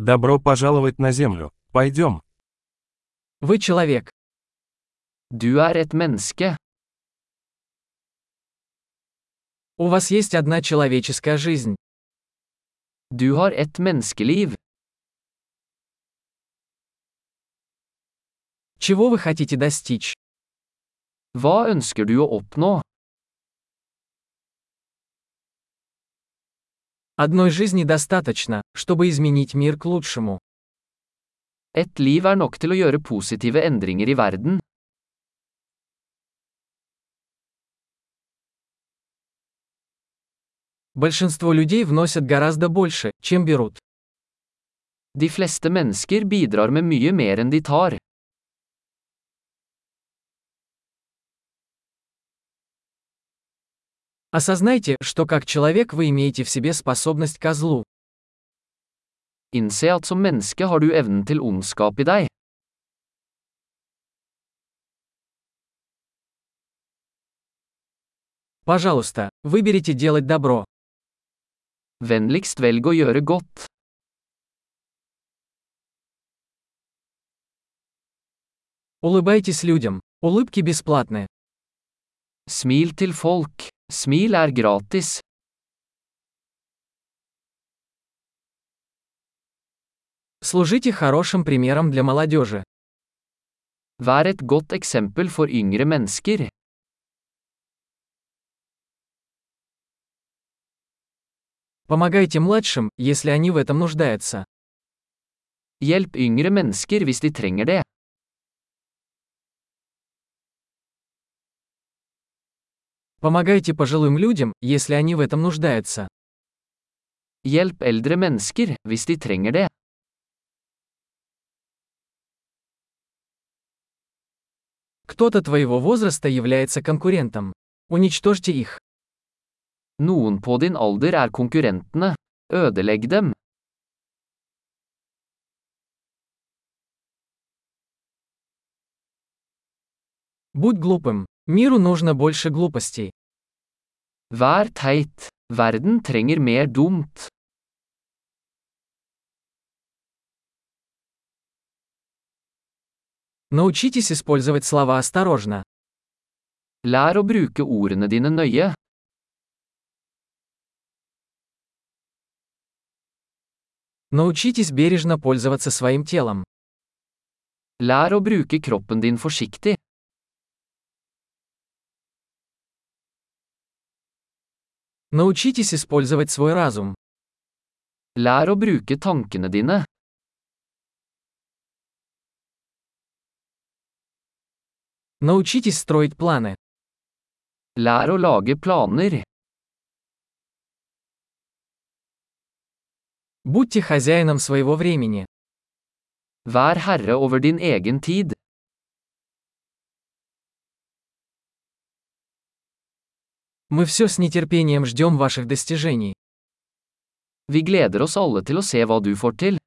Добро пожаловать на Землю. Пойдем. Вы человек. Du er et menneske. У вас есть одна человеческая жизнь. Du har et menneskeliv. Чего вы хотите достичь? Hva ønsker du å oppnå? Одной жизни достаточно, чтобы изменить мир к лучшему. Et liv er nok til å gjøre positive endringer i verden. Большинство людей вносят гораздо больше, чем берут. De fleste mennesker bidrar med mye mer enn de tar. Осознайте, что как человек вы имеете в себе способность ко злу. Innse at som menneske har du evnen til ondskap i deg. Пожалуйста, выберите делать добро. Vennligst velg å gjøre godt. Улыбайтесь людям. Улыбки бесплатны. Smil til folk. Smil er gratis. Служите хорошим примером для молодежи. Vær et godt eksempel for yngre mennesker. Помогайте младшим, если они в этом нуждаются. Hjelp yngre mennesker hvis de trenger det. Помогайте пожилым людям, если они в этом нуждаются. Hjelp eldre mennesker hvis de trenger det. Кто-то твоего возраста является конкурентом. Уничтожьте их. Noen på din alder er konkurrentene. Ødelegg dem. Будь глупым. Миру нужно больше глупостей. Vær teit. Verden trenger mer dumt. Научитесь использовать слова осторожно. Lær å bruke ordene dine nøye. Научитесь бережно пользоваться своим телом. Lær å bruke kroppen din forsiktig. Научитесь использовать свой разум. Lær å bruke tankene dine. Научитесь строить планы. Lær å lage planer. Будьте хозяином своего времени. Vær herre over din egen tid. Мы все с нетерпением ждем ваших достижений. Vi gleder oss alle til å se hva du får til.